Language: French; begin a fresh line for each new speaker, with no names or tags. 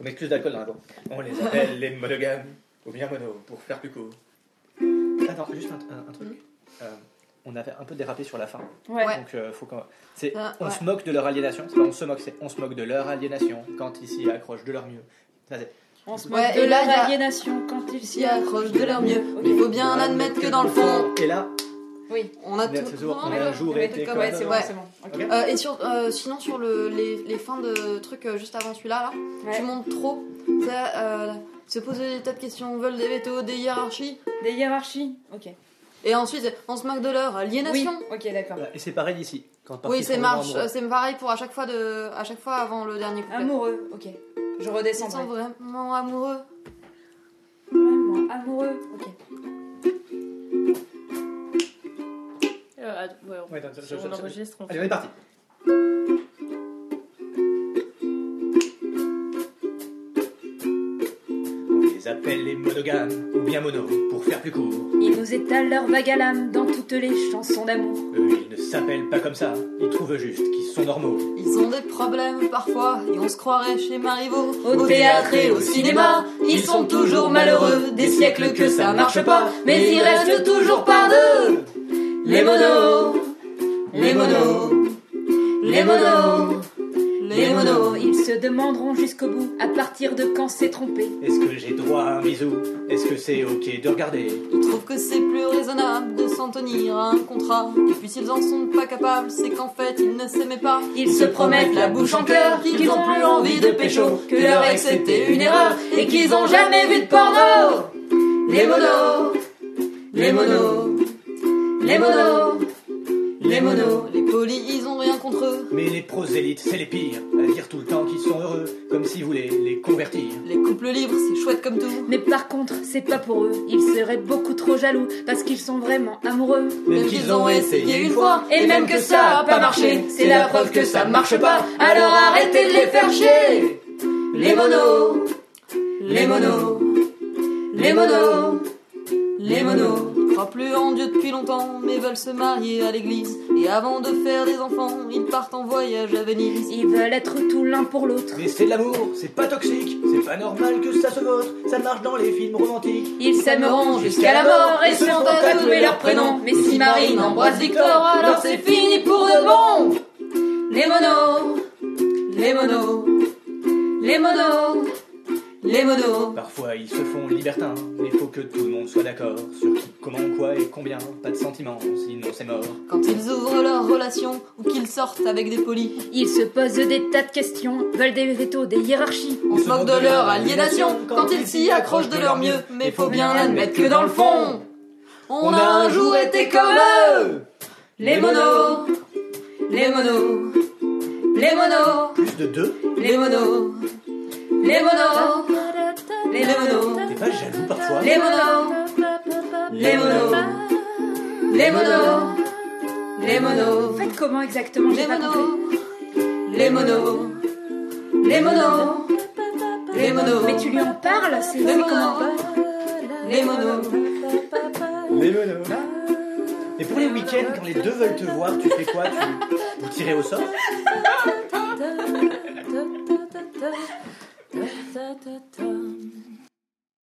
On met plus d'alcool dans la peau.
On les appelle les monogames, ou bien mono, pour faire plus court.
Attends, juste un, un- un truc. Euh, on avait un peu dérapé sur la fin.
Ouais.
Donc, euh, faut quand- c'est-
Ah,
on
ouais.
se moque de leur aliénation. C'est pas on se moque, c'est on se moque de leur aliénation quand ils s'y accrochent de leur mieux. Ça, c'est-
On se
Ouais,
moque
et
de
là,
leur
y a-
aliénation quand ils s'y
S'y accrochent de leur mieux.
Ok.
Il faut bien admettre que dans le fond,
Et là,
Oui.
on a
Mais
tout.
c'est sûr,
Non,
on
mais
a
ouais.
un jour
Ouais,
été
c'est
comme.
ouais,
c'est
c'est
bon,
vrai.
c'est bon. Ok.
Ok.
Euh, et sur, euh, sinon sur le, les, les fins de trucs euh, juste avant celui-là, là,
Ouais.
tu montes trop. Ça, euh, se poser des tas de questions, on veut des vétos, des hiérarchies.
Des hiérarchies Ok.
Et ensuite, on se moque de leur
Oui,
aliénation.
ok, d'accord.
Et c'est pareil ici. Quand par
Oui,
contre,
c'est
on
marche, euh,
est en-
c'est pareil pour à chaque fois de, à chaque fois avant le dernier couplet.
Amoureux, ok. Je
Ils
redescends.
sont
ouais.
vraiment amoureux.
Vraiment amoureux, ok.
Euh, att- ouais, on-
Ouais, attends,
si
je- je-
on
je-
enregistre. on-
Allez, on est parti.
On les appelle les monogames, ou bien mono, pour faire plus court.
Ils nous étalent leur vague à l'âme dans toutes les chansons d'amour.
Eux, ils ne s'appellent pas comme ça, ils trouvent juste qu'ils sont normaux.
Ils ont des problèmes parfois et on se croirait chez Marivaux.
Au théâtre et au cinéma,
ils sont toujours malheureux. Des siècles que ça marche pas, mais ils restent toujours par deux. Les monos, les monos, les monos, les monos.
Ils se demanderont jusqu'au bout à partir de quand s'est trompé.
Est-ce que j'ai droit à un bisou Est-ce que c'est ok de regarder
Ils trouvent que c'est plus raisonnable de s'en tenir à un contrat. Et puis s'ils en sont pas capables, c'est qu'en fait ils ne s'aimaient pas.
Ils se promettent la bouche en cœur qu'ils ont plus envie de pécho, que leur ex était une erreur et qu'ils ont jamais vu de porno.
Les monos, les monos, les monos, les monos. Les polis, ils ont rien contre eux.
Mais les prosélytes, c'est les pires, à dire tout le temps qu'ils sont heureux, comme si vous voulez les convertir.
Les couples libres, c'est chouette comme tout.
Mais par contre, c'est pas pour eux. Ils seraient beaucoup trop jaloux parce qu'ils sont vraiment amoureux.
Même qu'ils ont essayé une fois, et même que ça a pas marché. C'est la preuve que ça marche pas, alors arrêtez de les faire chier. Les monos, les monos, les monos, les monos. Ils croient plus en Dieu depuis longtemps, mais veulent se marier à l'église. Et avant de faire des enfants, ils partent en voyage à Venise.
Ils veulent être tout l'un pour l'autre.
Mais c'est de l'amour, c'est pas toxique, c'est pas normal que ça se vautre, ça marche dans les films romantiques.
Ils s'aimeront jusqu'à la mort et se font tatouer leur prénom. Mais si Marine embrasse Victor, alors c'est fini pour de bon.
Les monos, les monos, les monos, les monos.
Parfois ils se font libertins, mais faut que tout le monde soit d'accord sur qui, comment, quoi et combien, pas de sentiments, sinon c'est mort.
Quand ils ouvrent leur relation ou qu'ils sortent avec des polis,
Ils se posent des tas de questions, veulent des vétos, des hiérarchies.
on se moque de leur aliénation quand ils s'y accrochent de leur mieux. Mais faut bien admettre que dans le fond, on a un jour été comme eux. Les monos, les monos, les monos,
Plus de deux
les monos, les monos, les monos,
T'es pas jaloux parfois
les monos, les monos, les monos, les monos.
Faites comment exactement
Les
j'ai pas compris.
monos, les monos, les monos, les monos,
Mais tu lui en parles, c'est
les
c'est
monos,
comment
les monos,
Les monos. Et pour les week-ends, quand les deux veulent te voir, tu fais quoi tu... Vous tirez au sort
Ta- ta- ta- ta- ta- ta- ta- ta- ta- ta-